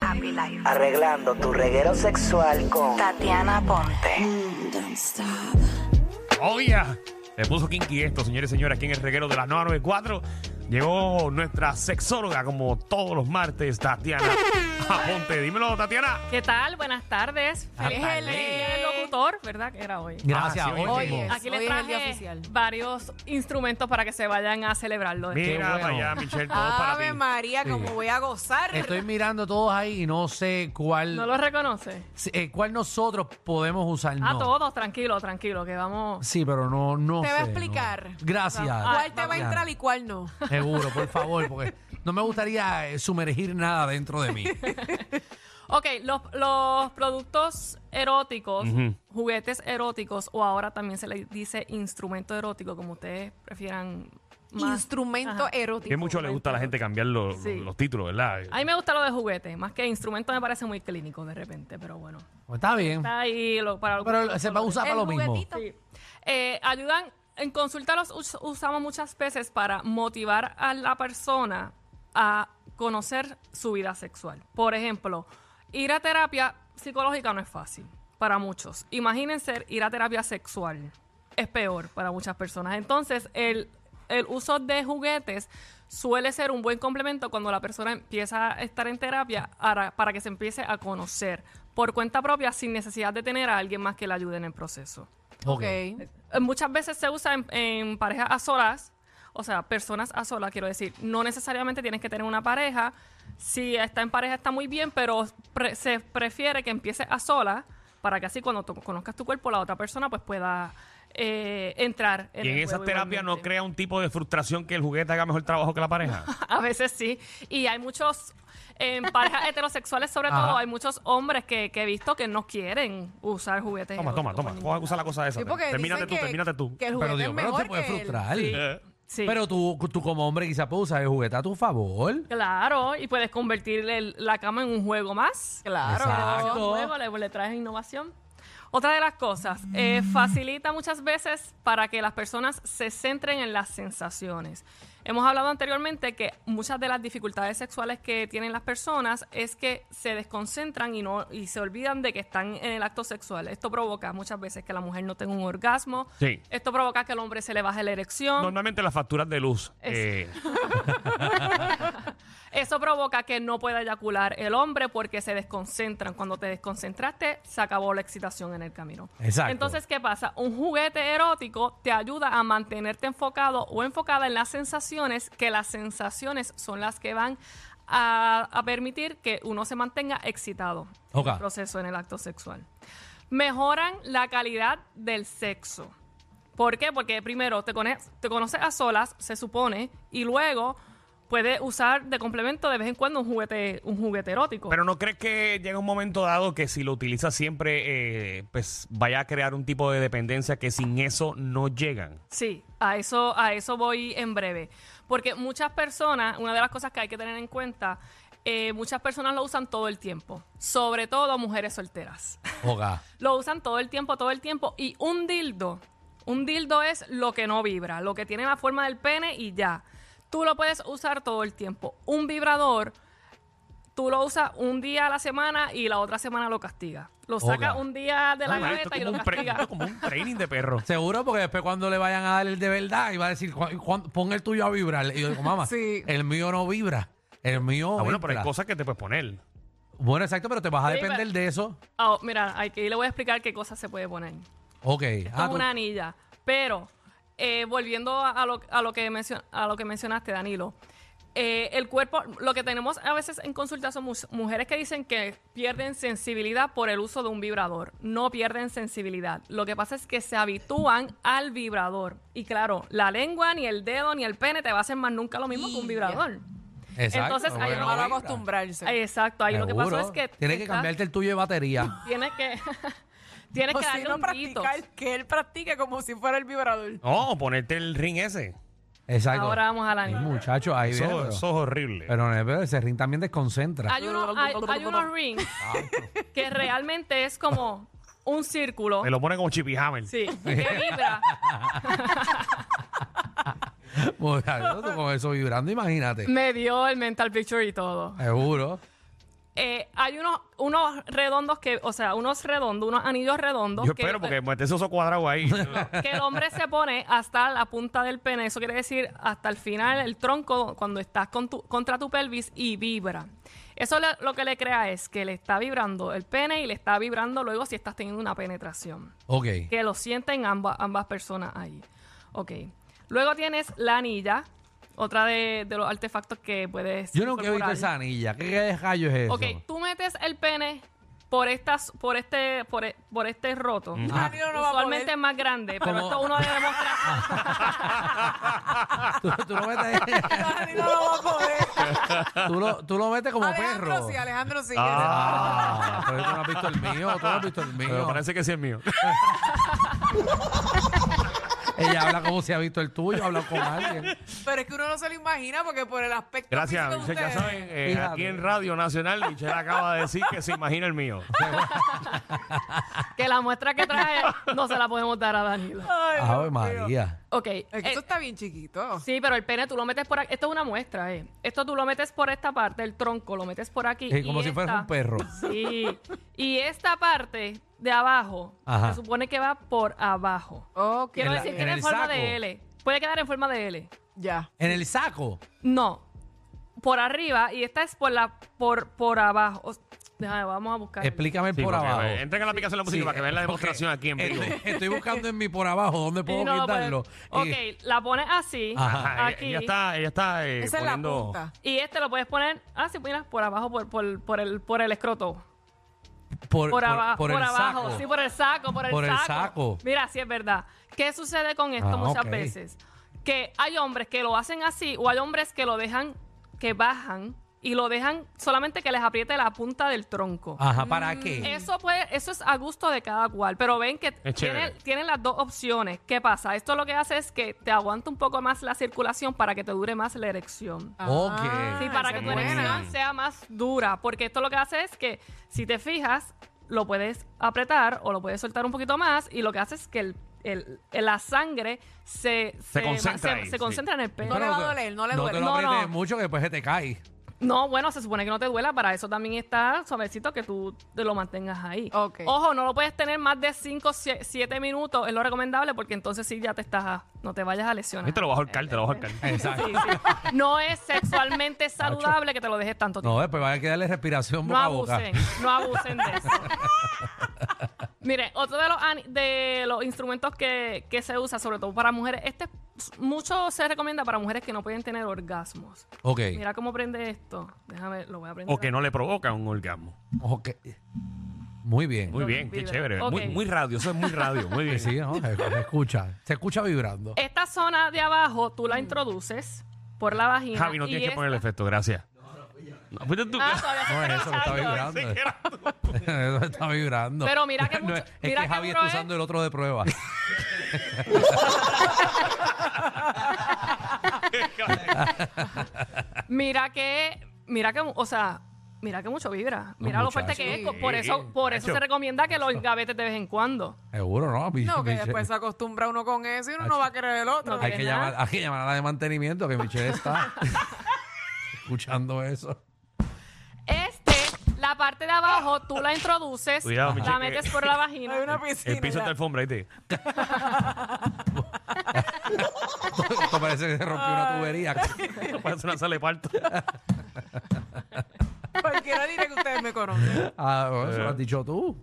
Happy Life. Arreglando tu reguero sexual con Tatiana Ponte. ¡Oh, yeah! Se puso kinky esto, señores y señoras, aquí en el reguero de la 994. Llegó nuestra sexóloga, como todos los martes, Tatiana Aponte. Dímelo, Tatiana. ¿Qué tal? Buenas tardes. Ah, Feliz el día del locutor, ¿verdad? Que era hoy. Gracias, Ah, oye. Aquí les traje varios instrumentos para que se vayan a celebrarlo. Mira Qué para bueno. allá, Michelle, todo para Ave ti. María, como voy a gozar. Estoy mirando todos ahí y no sé cuál, ¿No lo reconoce? si- eh, cuál nosotros podemos usar. A no. todos, tranquilo, tranquilo, que vamos. Sí, pero no, no Te voy a sé, no. explicar. Gracias. Ah, ¿Cuál te va a Ya. entrar y cuál no? Seguro, por favor, porque no me gustaría eh, sumergir nada dentro de mí. Ok, los, los productos eróticos, juguetes eróticos, o ahora también se le dice instrumento erótico, como ustedes prefieran más. Instrumento Ajá. erótico. Que mucho le gusta a la gente cambiar los, Sí. los títulos, ¿verdad? A mí me gusta lo de juguete, más que instrumento me parece muy clínico de repente, pero bueno. Pues está bien. Está ahí lo, para lo- Pero se va a usar El para lo mismo. juguetito. Sí. Eh, ayudan, en consulta los us- usamos muchas veces para motivar a la persona a conocer su vida sexual. Por ejemplo, ir a terapia psicológica no es fácil para muchos. Imagínense ir a terapia sexual. Es peor para muchas personas. Entonces, el, el uso de juguetes suele ser un buen complemento cuando la persona empieza a estar en terapia para, para que se empiece a conocer por cuenta propia sin necesidad de tener a alguien más que la ayude en el proceso. Ok. Eh, Muchas veces se usa en, en parejas a solas, o sea, personas a solas, quiero decir. No necesariamente tienes que tener una pareja. Si está en pareja está muy bien, pero pre- se prefiere que empieces a solas para que así cuando tú conozcas tu cuerpo, la otra persona pues pueda eh, entrar. y en el esas juego terapias no igualmente. crea un tipo de frustración que el juguete haga mejor trabajo que la pareja. A veces sí. Y hay muchos, en parejas heterosexuales sobre Ajá. todo, hay muchos hombres que, que he visto que no quieren usar juguetes. Toma, toma, eróticos toma. con Vamos a usar la cosa esa. Sí, porque termínate dicen tú, que- termínate tú. Que el juguete Pero Dios, es pero mejor te puede que el- frustrar. Eh, Sí. Pero tú, tú como hombre quizás puedes usar el juguete a tu favor. Claro, y puedes convertir el- la cama en un juego más. Claro. Un Exacto. juego, le, le traes innovación. Otra de las cosas, eh, facilita muchas veces para que las personas se centren en las sensaciones. Hemos hablado anteriormente que muchas de las dificultades sexuales que tienen las personas es que se desconcentran y no y se olvidan de que están en el acto sexual. Esto provoca muchas veces que la mujer no tenga un orgasmo. Sí. Esto provoca que al hombre se le baje la erección. Normalmente las facturas de luz. Es- eh, Eso provoca que no pueda eyacular el hombre porque se desconcentran. Cuando te desconcentraste, se acabó la excitación en el camino. Exacto. Entonces, ¿qué pasa? Un juguete erótico te ayuda a mantenerte enfocado o enfocada en las sensaciones, que las sensaciones son las que van a, a permitir que uno se mantenga excitado Ok. en el proceso, en el acto sexual. Mejoran la calidad del sexo. ¿Por qué? Porque primero te, cone- te conoces a solas, se supone, y luego puedes usar de complemento de vez en cuando un juguete, un juguete erótico. Pero no crees que llega un momento dado que si lo utilizas siempre, eh, pues vaya a crear un tipo de dependencia que sin eso no llegan. Sí, a eso, a eso voy en breve. Porque muchas personas, una de las cosas que hay que tener en cuenta, eh, muchas personas lo usan todo el tiempo, sobre todo mujeres solteras. Ok. Lo usan todo el tiempo, todo el tiempo. Y un dildo, un dildo es lo que no vibra, lo que tiene la forma del pene y ya. Tú lo puedes usar todo el tiempo. Un vibrador, tú lo usas un día a la semana y la otra semana lo castiga. Lo saca Hola. un día de la Ay, Ah, esto gaveta es como y lo un pre- esto castiga. es como un training de perro. Seguro, porque después cuando le vayan a dar el de verdad, iba a decir, "Cu- cu- pon el tuyo a vibrar. Y yo digo, mamá, Sí. el mío no vibra. El mío. Ah, bueno, pero hay entra". cosas que te puedes poner. Bueno, exacto, pero te vas a Sí, depender pero- de eso. Ah, mira, aquí le voy a explicar qué cosas se puede poner. Ok. Ah, como tú- una anilla. Pero, eh, volviendo a, a lo, a lo que mencion- a lo que mencionaste, Danilo, eh, el cuerpo, lo que tenemos a veces en consulta son mus- mujeres que dicen que pierden sensibilidad por el uso de un vibrador. No pierden sensibilidad. Lo que pasa es que se habitúan al vibrador. Y claro, la lengua, ni el dedo, ni el pene te va a hacer más nunca lo mismo que un Y- vibrador. Exacto, Entonces, hay bueno, uno- Malo vibra. acostumbrarse. Exacto, ahí lo que pasó Seguro. es que. Tienes que está- cambiarte el tuyo de batería. Tienes que. Tienes O que si darle no un grito. practicar, que él practique como si fuera el vibrador. No, ponerte el ring ese. Exacto. Ahora vamos a la Ay, niña. muchacho, ahí viene, Eso, pero- eso es horrible. Pero, no, pero ese ring también desconcentra. Hay, uno- hay- hay unos rings que realmente es como un círculo. Te lo ponen como Chippy Hammer. Sí, que vibra. Bueno, tú con eso vibrando, imagínate. Me dio el mental picture y todo. Seguro. Eh, hay unos, unos redondos que, o sea, unos redondos, unos anillos redondos. Yo que, espero porque metes esos cuadrados ahí. que el hombre se pone hasta la punta del pene. Eso quiere decir hasta el final, el tronco, cuando estás con tu- contra tu pelvis y vibra. Eso le- lo que le crea es que le está vibrando el pene y le está vibrando luego si estás teniendo una penetración. Ok. Que lo sienten ambas, ambas personas ahí. Ok. Luego tienes la anilla, otra de, de los artefactos que puedes. Yo nunca he visto incorporar. esa anilla. ¿Qué, qué rayo es eso? Ok, tú metes el pene por estas, por este, por, e- por este roto. Danilo no va a Usualmente es poder. más grande, pero Como- esto uno debe demostrar. Tú, tú lo metes, Danilo no va a poder. tú, lo, tú lo metes como Alejandro perro. sí, Alejandro sí. Ah, pero tú no has visto el mío, tú no has visto el Pero mío. parece que sí es mío. Ella habla como si ha visto el tuyo, habla con alguien. Pero es que uno no se lo imagina porque por el aspecto Gracias, físico de Michelle. Ya ustedes- saben, eh, Fíjate. aquí en Radio Nacional, Michelle acaba de decir que se imagina el mío. que la muestra que trae no se la podemos dar a Danilo. Ay, Dios Ave mío. María. Ok. Es que eh, esto está bien chiquito. sí, pero el pene tú lo metes por aquí. Esto es una muestra, eh. Esto tú lo metes por esta parte, el tronco, lo metes por aquí. Es como si fueras esta- un perro. Sí. Y esta parte de abajo Ajá. se supone que va por abajo. Ok. Quiero Ah, En la- decir, en tiene el forma saco. de L. Puede quedar en forma de L. Ya. En el saco. No, por arriba y esta es por la por por abajo. O- Déjame, vamos a buscar. Explícame el Sí, por porque, abajo. eh, Entren a la aplicación de la música Sí, Este, para que vean la eh, demostración aquí porque en vivo. Estoy, estoy buscando en mi por abajo dónde Y puedo no, pues, quitarlo. Y- Ah. ok, la pones así, Ajá, Ajá, ella- aquí. Ella está, ella está eh, Esa es la poniendo- punta. Y este lo puedes poner, ah, sí, mira, por abajo, por, por, por el, por el escroto. Por, por, por- abajo, por, por el abajo, saco. sí, pues. por el saco, por el Por el saco. saco. Mira, sí es verdad. ¿Qué sucede con esto Ah, muchas ok. veces? Que hay hombres que lo hacen así o hay hombres que lo dejan, que bajan y lo dejan solamente que les apriete la punta del tronco. Ajá, ¿para qué? Mm, Eso puede, eso es a gusto de cada cual, pero ven que Es chévere. tienen, tienen las dos opciones. ¿Qué pasa? Esto lo que hace es que te aguanta un poco más la circulación para que te dure más la erección. Ok. Sí, Ah, para esa que es tu buena. erección sea más dura, porque esto lo que hace es que si te fijas, lo puedes apretar o lo puedes soltar un poquito más y lo que hace es que el- el- la sangre se, concentra se- ahí, se sí. concentra en el No le pelo. va a doler, no le no duele. te lo No, no. aprietes mucho que después se te cae. No, bueno, se supone que no te duela, para eso también está suavecito que tú te lo mantengas ahí. Ok. Ojo, no lo puedes tener más de 5, 7 minutos, es lo recomendable porque entonces sí ya te estás, no te vayas a lesionar. Ahí te lo vas a ahorcar, te lo vas a ahorcar. Exacto. Sí, sí. No es sexualmente saludable que te lo dejes tanto tiempo. No, después va a haber que darle respiración No boca a boca. abusen, no abusen de eso. Mire, otro de los, ani- de los instrumentos que, que se usa, sobre todo para mujeres, este es- mucho se recomienda para mujeres que no pueden tener orgasmos. Ok. Mira cómo prende esto. Déjame, lo voy a prender. O que no le provoca un orgasmo. Ok. Muy bien. Muy bien, qué Vibra. chévere. Ok. Muy, muy radio, eso es muy radio. Muy bien. Sí, ¿no? Se, se escucha. Se escucha vibrando. Esta zona de abajo tú la introduces por la vagina. Javi, no y tienes que esta- poner el efecto, gracias. No, fuiste tú. Ah, todavía se No es está eso que está escuchando. vibrando. Eso está vibrando. Pero mira que mucho- es, es mira que que Javi duro está es. usando el otro de prueba. Mira que, mira que, o sea, mira que mucho vibra. Mira lo fuerte que es. muchacho. Por eso, por eso Muchacho. se recomienda que los gavetes de vez en cuando. Seguro, ¿no? No, que Michelle- después se acostumbra uno con eso y uno no va a querer el otro. No, hay, que ¿Verdad? llamar, hay que llamar a la de mantenimiento que Michelle está escuchando eso. Este, la parte de abajo, tú la introduces, Cuidado, Michelle, la que- metes por la Hay vagina. una piscina. El piso ya. está alfombra, ¿viste? Esto parece que se rompió una tubería. Parece una sala de parto. Cualquiera dirá que ustedes me conocen. Ah, bueno, eso lo has dicho tú.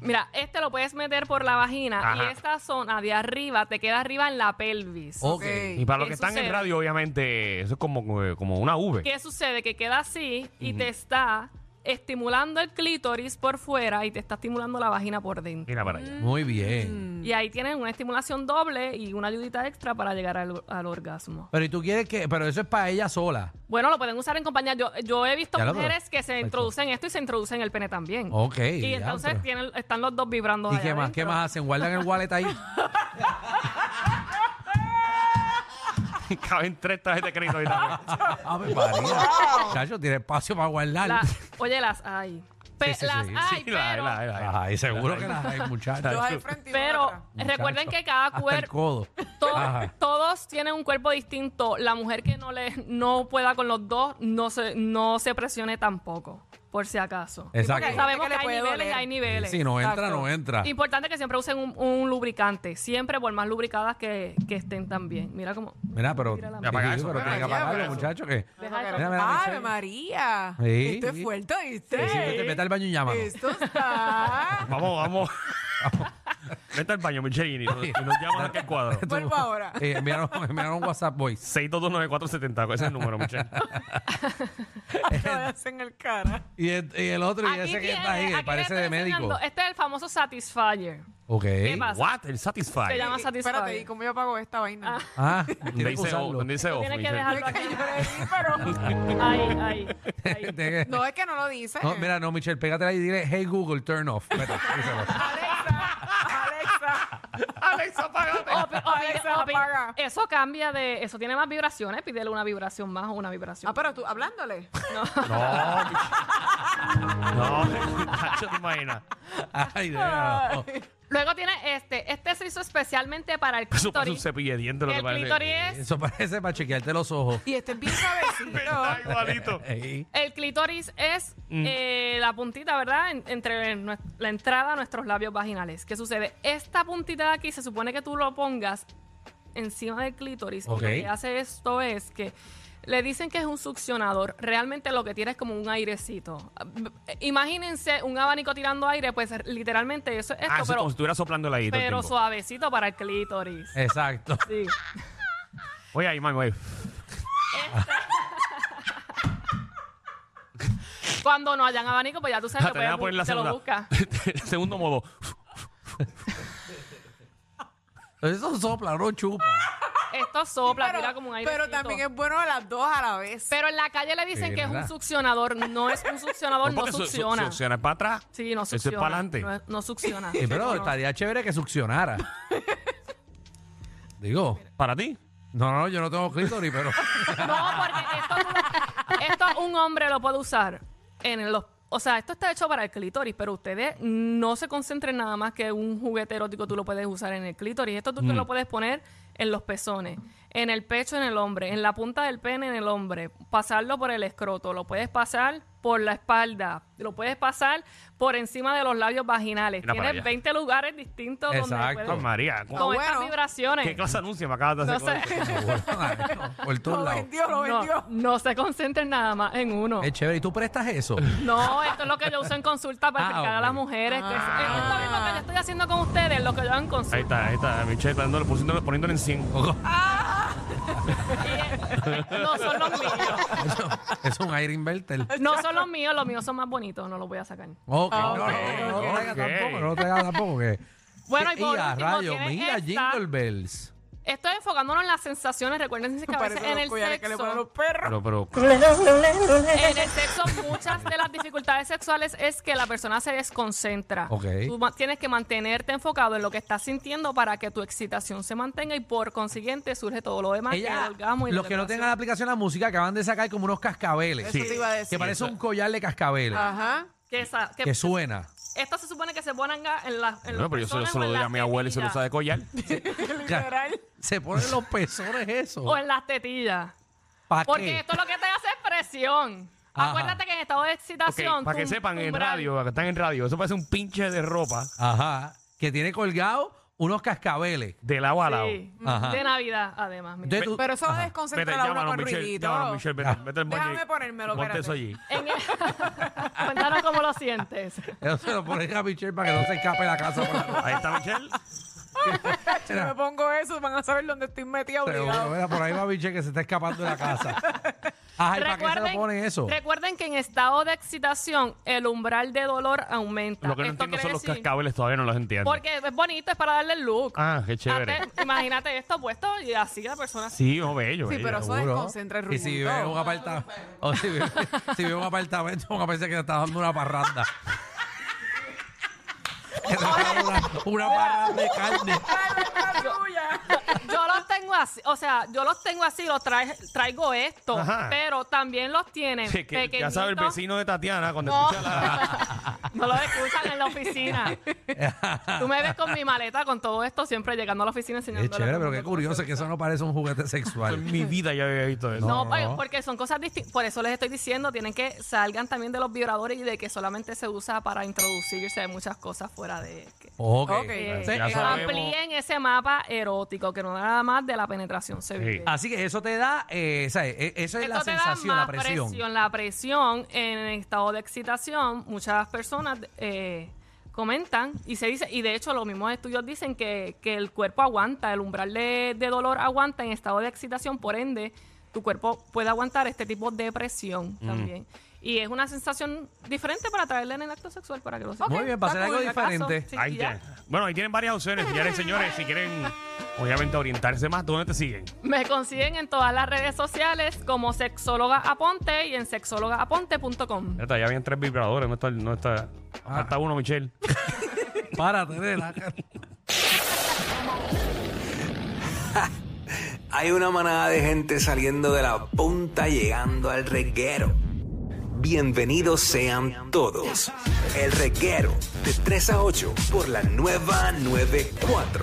Mira, este lo puedes meter por la vagina Ajá. y esta zona de arriba te queda arriba en la pelvis. Ok. Y para los ¿Qué que están en sucede? radio, obviamente, eso es como, eh, como una V. ¿Qué sucede? Que queda así y te está estimulando el clítoris por fuera y te está estimulando la vagina por dentro. Mira para allá. Muy bien. Y ahí tienen una estimulación doble y una ayudita extra para llegar al, al orgasmo. Pero y tú quieres que, pero eso es para ella sola. Bueno, lo pueden usar en compañía. Yo, yo he visto Ya lo mujeres creo. que se Perfecto. introducen esto y se introducen el pene también. Ok, Y entonces diablo. tienen, están los dos vibrando ¿Y allá qué más? ¿Qué adentro. más hacen? Guardan el wallet ahí. Caben tres tarjetas de crédito ahí también. Ah, me paría. Chacho, tiene espacio para guardar. La- oye, las hay. Pe- Sí, sí, las sí, hay, Sí, pero, la hay, la hay, la hay. Ay, seguro que las hay, muchachos. Dos al frente y uno pero atrás. recuerden que cada Hasta el cuerpo... codo. To- Ajá. todos tienen un cuerpo distinto. La mujer que no le no pueda con los dos no se no se presione tampoco, por si acaso. Exacto. porque Sabemos Que que le hay puede niveles, doler. hay niveles. Si Eh, no entra, Exacto. no entra. Importante que siempre usen un, un lubricante, siempre por más lubricadas que, que estén también. Mira cómo Mira, pero, Mira la sí, apaga sí, eso, pero apaga tiene que eso, apaga apagarlo, eso. muchachos. Que deja eso. Mira, mira, mira, ¡Ave sí. María! Sí, Esto es sí. fuerte, Sí, ¿viste? sí, vete, vete al baño y llámanos. Esto está... Vamos, vamos. Vete al baño, Michelini, y nos, y nos llamas aquí al cuadro. Vuelvo ahora. Eh, enviaron, enviaron un WhatsApp Boys. 6229470, ese es el número, Michelle. Lo hacen el cara. Y el, y el otro, y Aquí ese que tiene, está ahí, aquí que le parece estoy de médico. enseñando. Este es el famoso Satisfyer. Ok. ¿Qué pasa? What? El Se Satisfy. llama Y- Espérate, ¿y Satisfyer. cómo yo pago esta vaina? Ah, Donde tiene que dice, o- usarlo. donde dice off, Tienes que Michelle. dejarlo Es que aquí. yo le di, pero... Ahí, ahí, ahí. Tiene que- No, es que no lo dice. No, mira, no, Michelle, pégatela ahí y dile, hey Google, turn off. Vete, díselo. Alexa, Alexa, apágate. O pi- o pi- Alexa, o pi- apaga. Eso cambia de. Eso tiene más vibraciones. Pídele una vibración más o una vibración. Ah, pero tú, hablándole. No, Oh, Michelle. No, muchacho, te imaginas. Ay, de verdad, no. Luego tiene este. Este se hizo especialmente para el Eso parece un clítoris. cepillo de dientes, lo que El parece. clítoris es. Eso parece para chequearte los ojos. Y este es bien suavecito. Está igualito. Ey. El clítoris es Mm. eh, la puntita, ¿verdad? En- entre nue- la entrada a nuestros labios vaginales. ¿Qué sucede? Esta puntita de aquí se supone que tú lo pongas encima del clítoris. y Ok. Lo que hace esto es que le dicen que es un succionador. Realmente lo que tiene es como un airecito. Ah, b- Imagínense un abanico tirando aire, pues literalmente eso es esto, Ah, eso es como pero, si estuviera soplando el aire. pero suavecito para el clítoris. Exacto. Sí. Oye, ahí, man, oye. Cuando no hayan abanico, pues ya tú sabes Ah, que te voy a puedes poner bu- la te lo segunda. buscas. Segundo modo. Eso sopla, no chupa. Esto sopla, Pero- mira como un aire. Pero también es bueno las dos a la vez. Pero en la calle le dicen Sí, que es ¿verdad? un succionador. No es un succionador, no, porque su- su- succiona. Succiona para atrás. Sí, no Eso es succiona. para adelante. No, es- no succiona. Eh, pero estaría chévere que succionara. Digo, ¿Para ti? no, no, yo no tengo clítoris, pero. No, porque esto, tú lo- esto un hombre lo puede usar en los... O sea, esto está hecho para el clítoris, pero ustedes no se concentren nada más que un juguete erótico tú lo puedes usar en el clítoris. Esto tú te Mm. lo puedes poner en los pezones, en el pecho en el hombre, en la punta del pene en el hombre, pasarlo por el escroto, lo puedes pasar por la espalda, lo puedes pasar por encima de los labios vaginales. Mira para Tienes allá. 20 lugares distintos Exacto. donde Ay, puedes... María, ¿cómo- Con Ah, estas bueno. vibraciones. ¿qué clase de anuncio me acabas de No hacer? con sé. esto? Por todos Lo lados. vendió, lo vendió. No, no se concentren nada más en uno. Eh. Es chévere. ¿Y tú prestas eso? No, esto es lo que yo uso en consulta para Ah, explicar a ok. las mujeres. que Ah. es, es lo mismo que yo estoy haciendo con ustedes, lo que yo hago en consulta. Ahí está, ahí está. Michelle está dándole, poniéndole, poniéndole en 100. No son los míos. Eso- es un aire inverter. No son los míos, los míos son más bonitos, no los voy a sacar. Ok, no, no, no, no ok. traiga tampoco, no traiga tampoco. Que... Bueno, y por a último, rayos, tiene mira, esta. Jingle Bells. Estoy enfocándonos en las sensaciones. Recuerden que a veces Parece en los el collares que le ponen los sexo, perros. Pero, pero, en el sexo muchas de las dificultades sexuales es que la persona se desconcentra. Ok. Tú ma- tienes que mantenerte enfocado en lo que estás sintiendo para que tu excitación se mantenga y por consiguiente surge todo lo demás. Ah, que es Ella, el orgasmo y la los que no penetración. tengan la aplicación de la música acaban de sacar como unos cascabeles. Eso te iba a Que decir. parece un collar de cascabeles. Ah. Ajá. que, esa- que- Que suena. Esto se supone que se ponen ga- en las. En no, pero yo se lo, se lo doy a mi abuela y se lo usa de collar. Literal. Se ponen los pezones eso. O en las tetillas. ¿Para Porque qué? esto lo que te hace es presión. Ajá. Acuérdate que en estado de excitación. Ok, para que tu sepan, en Ah, umbral- radio, para que están en radio, eso parece un pinche de ropa Ajá. Que tiene colgado unos cascabeles. de lado a lado. Sí, Ajá. de Navidad, además. mira. Entonces tú- Pero eso Ajá. Vete, desconcentra a uno llámanos, con Michelle. ruidito. Llámanos, Michelle. Vete, Ah. vete al Déjame baño. ponérmelo, Ponte espérate. eso allí. En el- Cuéntanos cómo lo sientes. Eso se lo ponen a Michelle para que no se escape de la casa. por la noche. Ahí está Michelle. Si me pongo eso, van a saber dónde estoy metida Seguro, ¿eh? obligado. mira, por ahí va Michelle que se está escapando de la casa. Ajá, ¿y para qué se lo ponen eso? recuerden que en estado de excitación el umbral de dolor aumenta. Lo que no Esto entiendo quiere son los decir- cascabeles, todavía no los entiendo. Porque es bonito, es para darle el look. Ah, qué chévere. Antes, imagínate esto puesto y así la persona. Sí, oh, bello, Sí, bello. pero eso Seguro. desconcentra el Y si vive en un rumor. apartamento, o si vive, si vive en un apartamento, van a pensar que te está dando una parranda. Que te está dando una, una parranda de carne. Yo los tengo así, o sea, yo los tengo así, los trae- traigo esto, Ajá. pero también los tienen Sí, que ya pequeñitos. sabe el vecino de Tatiana cuando No. escucha la... No los escuchan en la oficina. Tú me ves con mi maleta, con todo esto, siempre llegando a la oficina enseñando. Es chévere, pero qué curioso que eso no parece un juguete En sexual. mi vida ya había visto eso. No, No, pues, no. porque son cosas distintas. Por eso les estoy diciendo, tienen que salgan también de los vibradores y de que solamente se usa para introducirse muchas cosas fuera de... que- Ok. Ok. Sí, Ya eh, sabemos. Amplíen ese mapa erótico, que no nada más de la penetración se vive. Así que eso te da, eh, ¿sabes? E- Eso es la Esto te da sensación, más la presión. La presión en el estado de excitación, muchas personas eh, comentan y se dice, y de hecho los mismos estudios dicen que, que el cuerpo aguanta, el umbral de, de dolor aguanta en estado de excitación, por ende, tu cuerpo puede aguantar este tipo de presión Mm. también. Y es una sensación diferente para traerla en el acto sexual, para que lo sepan. Muy bien, para hacer Está algo cool, ¿acaso? diferente. Sí, Ahí y ya. tienen. Bueno, ahí tienen varias opciones, señores y señores. Si quieren, obviamente, orientarse más, ¿dónde te siguen? Me consiguen en todas las redes sociales como sexóloga aponte y en sexólogaaponte.com. Ya está, ya habían tres vibradores, no está, no está. Hasta uno, Michelle. Párate de la Hay una manada de gente saliendo de la punta llegando al reguero. Bienvenidos sean todos. El reguero de 3 a 8 por la nueva 94.